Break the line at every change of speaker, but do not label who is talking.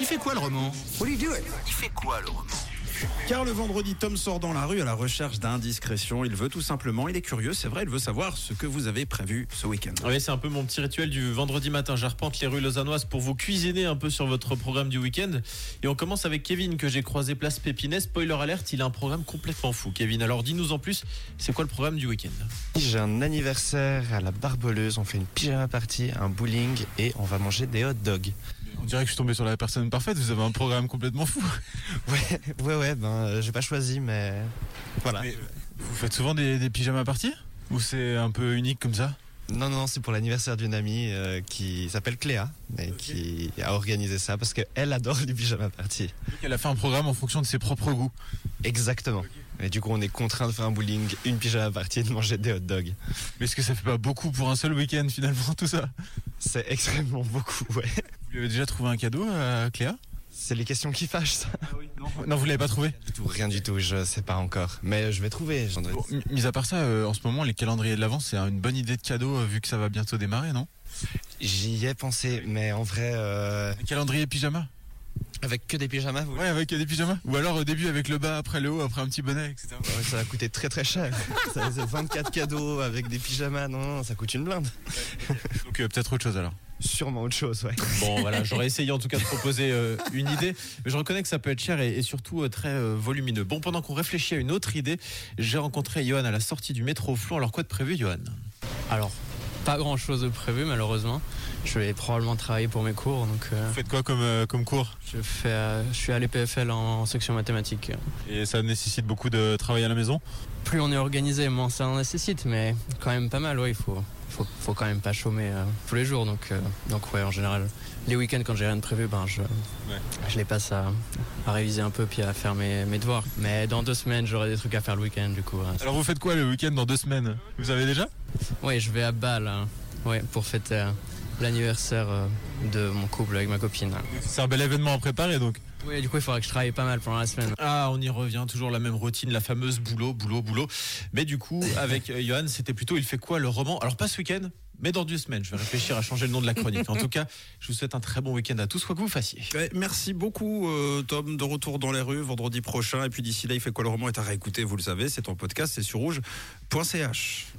Il fait quoi le roman
Il fait quoi le roman
Car le vendredi, Tom sort dans la rue à la recherche d'indiscrétion. Il veut tout simplement, il est curieux, c'est vrai, il veut savoir ce que vous avez prévu ce week-end.
Ah Oui, c'est un peu mon petit rituel du vendredi matin. J'arpente les rues lausannoises pour vous cuisiner un peu sur votre programme du week-end. Et on commence avec Kevin que j'ai croisé place Pépinet. Spoiler alerte, il a un programme complètement fou. Kevin, alors dis-nous en plus, c'est quoi le programme du week-end
J'ai un anniversaire à la barbeleuse, on fait une pyjama party, un bowling et on va manger des hot dogs.
On dirait que je suis tombé sur la personne parfaite, vous avez un programme complètement fou.
Ouais, ouais, ouais, ben euh, j'ai pas choisi mais voilà.
Mais vous faites souvent des, des pyjamas parties Ou c'est un peu unique comme ça
Non, non, non, c'est pour l'anniversaire d'une amie euh, qui s'appelle Cléa et qui a organisé ça parce qu'elle adore les pyjama parties.
Elle a fait un programme en fonction de ses propres goûts.
Exactement. Et du coup, on est contraint de faire un bowling, une pyjama party et de manger des hot dogs.
Mais est-ce que ça fait pas beaucoup pour un seul week-end finalement tout ça
C'est extrêmement beaucoup, ouais.
Vous lui avez déjà trouvé un cadeau à Cléa
C'est les questions qui fâchent, ça.
Non, vous l'avez pas trouvé
Du tout, rien du tout, je sais pas encore. Mais je vais trouver, j'en doute.
Bon, m- mis à part ça, euh, en ce moment, les calendriers de l'avant, c'est une bonne idée de cadeau euh, vu que ça va bientôt démarrer, non
J'y ai pensé, mais en vrai, euh,
Un calendrier pyjama
avec que des pyjamas, vous
Ouais, avec euh, des pyjamas. Ou alors au début avec le bas, après le haut, après un petit bonnet, etc.
Ouais, ça va coûter très très cher. ça, c'est 24 cadeaux avec des pyjamas, non, non, ça coûte une blinde.
Donc euh, peut-être autre chose alors.
Sûrement autre chose, ouais.
Bon, voilà, j'aurais essayé en tout cas de proposer euh, une idée, mais je reconnais que ça peut être cher et, et surtout euh, très euh, volumineux. Bon, pendant qu'on réfléchit à une autre idée, j'ai rencontré Johan à la sortie du métro Flon. Alors, quoi de prévu, Johan
Alors, pas grand chose de prévu malheureusement. Je vais probablement travailler pour mes cours, donc euh,
Vous faites quoi comme, euh, comme cours
je, fais, euh, je suis à l'EPFL en, en section mathématiques.
Et ça nécessite beaucoup de travail à la maison
Plus on est organisé, moins ça en nécessite, mais quand même pas mal, ouais, il faut, faut, faut quand même pas chômer euh, tous les jours, donc, euh, donc ouais, en général, les week-ends quand j'ai rien de prévu, ben je, je les passe à, à réviser un peu puis à faire mes, mes devoirs. Mais dans deux semaines, j'aurai des trucs à faire le week-end, du coup. hein. ouais.
Alors vous faites quoi le week-end dans deux semaines Vous savez déjà
Ouais, je vais à Bâle, hein. ouais, pour fêter euh, l'anniversaire euh, de mon couple avec ma copine. hein.
C'est un bel événement à préparer donc.
Ouais, du coup, il faudra que je travaille pas mal pendant la semaine.
Ah, on y revient, toujours la même routine, la fameuse boulot, boulot, boulot. Mais du coup, avec euh, Johan, c'était plutôt il fait quoi le roman Alors, pas ce week-end, mais dans deux semaines. Je vais réfléchir à changer le nom de la chronique. En tout cas, je vous souhaite un très bon week-end à tous, quoi que vous fassiez.
Ouais, merci beaucoup euh, Tom, de retour dans les rues vendredi prochain. Et puis d'ici là, il fait quoi le roman est à réécouter, vous le savez, c'est en podcast, c'est sur rouge.ch.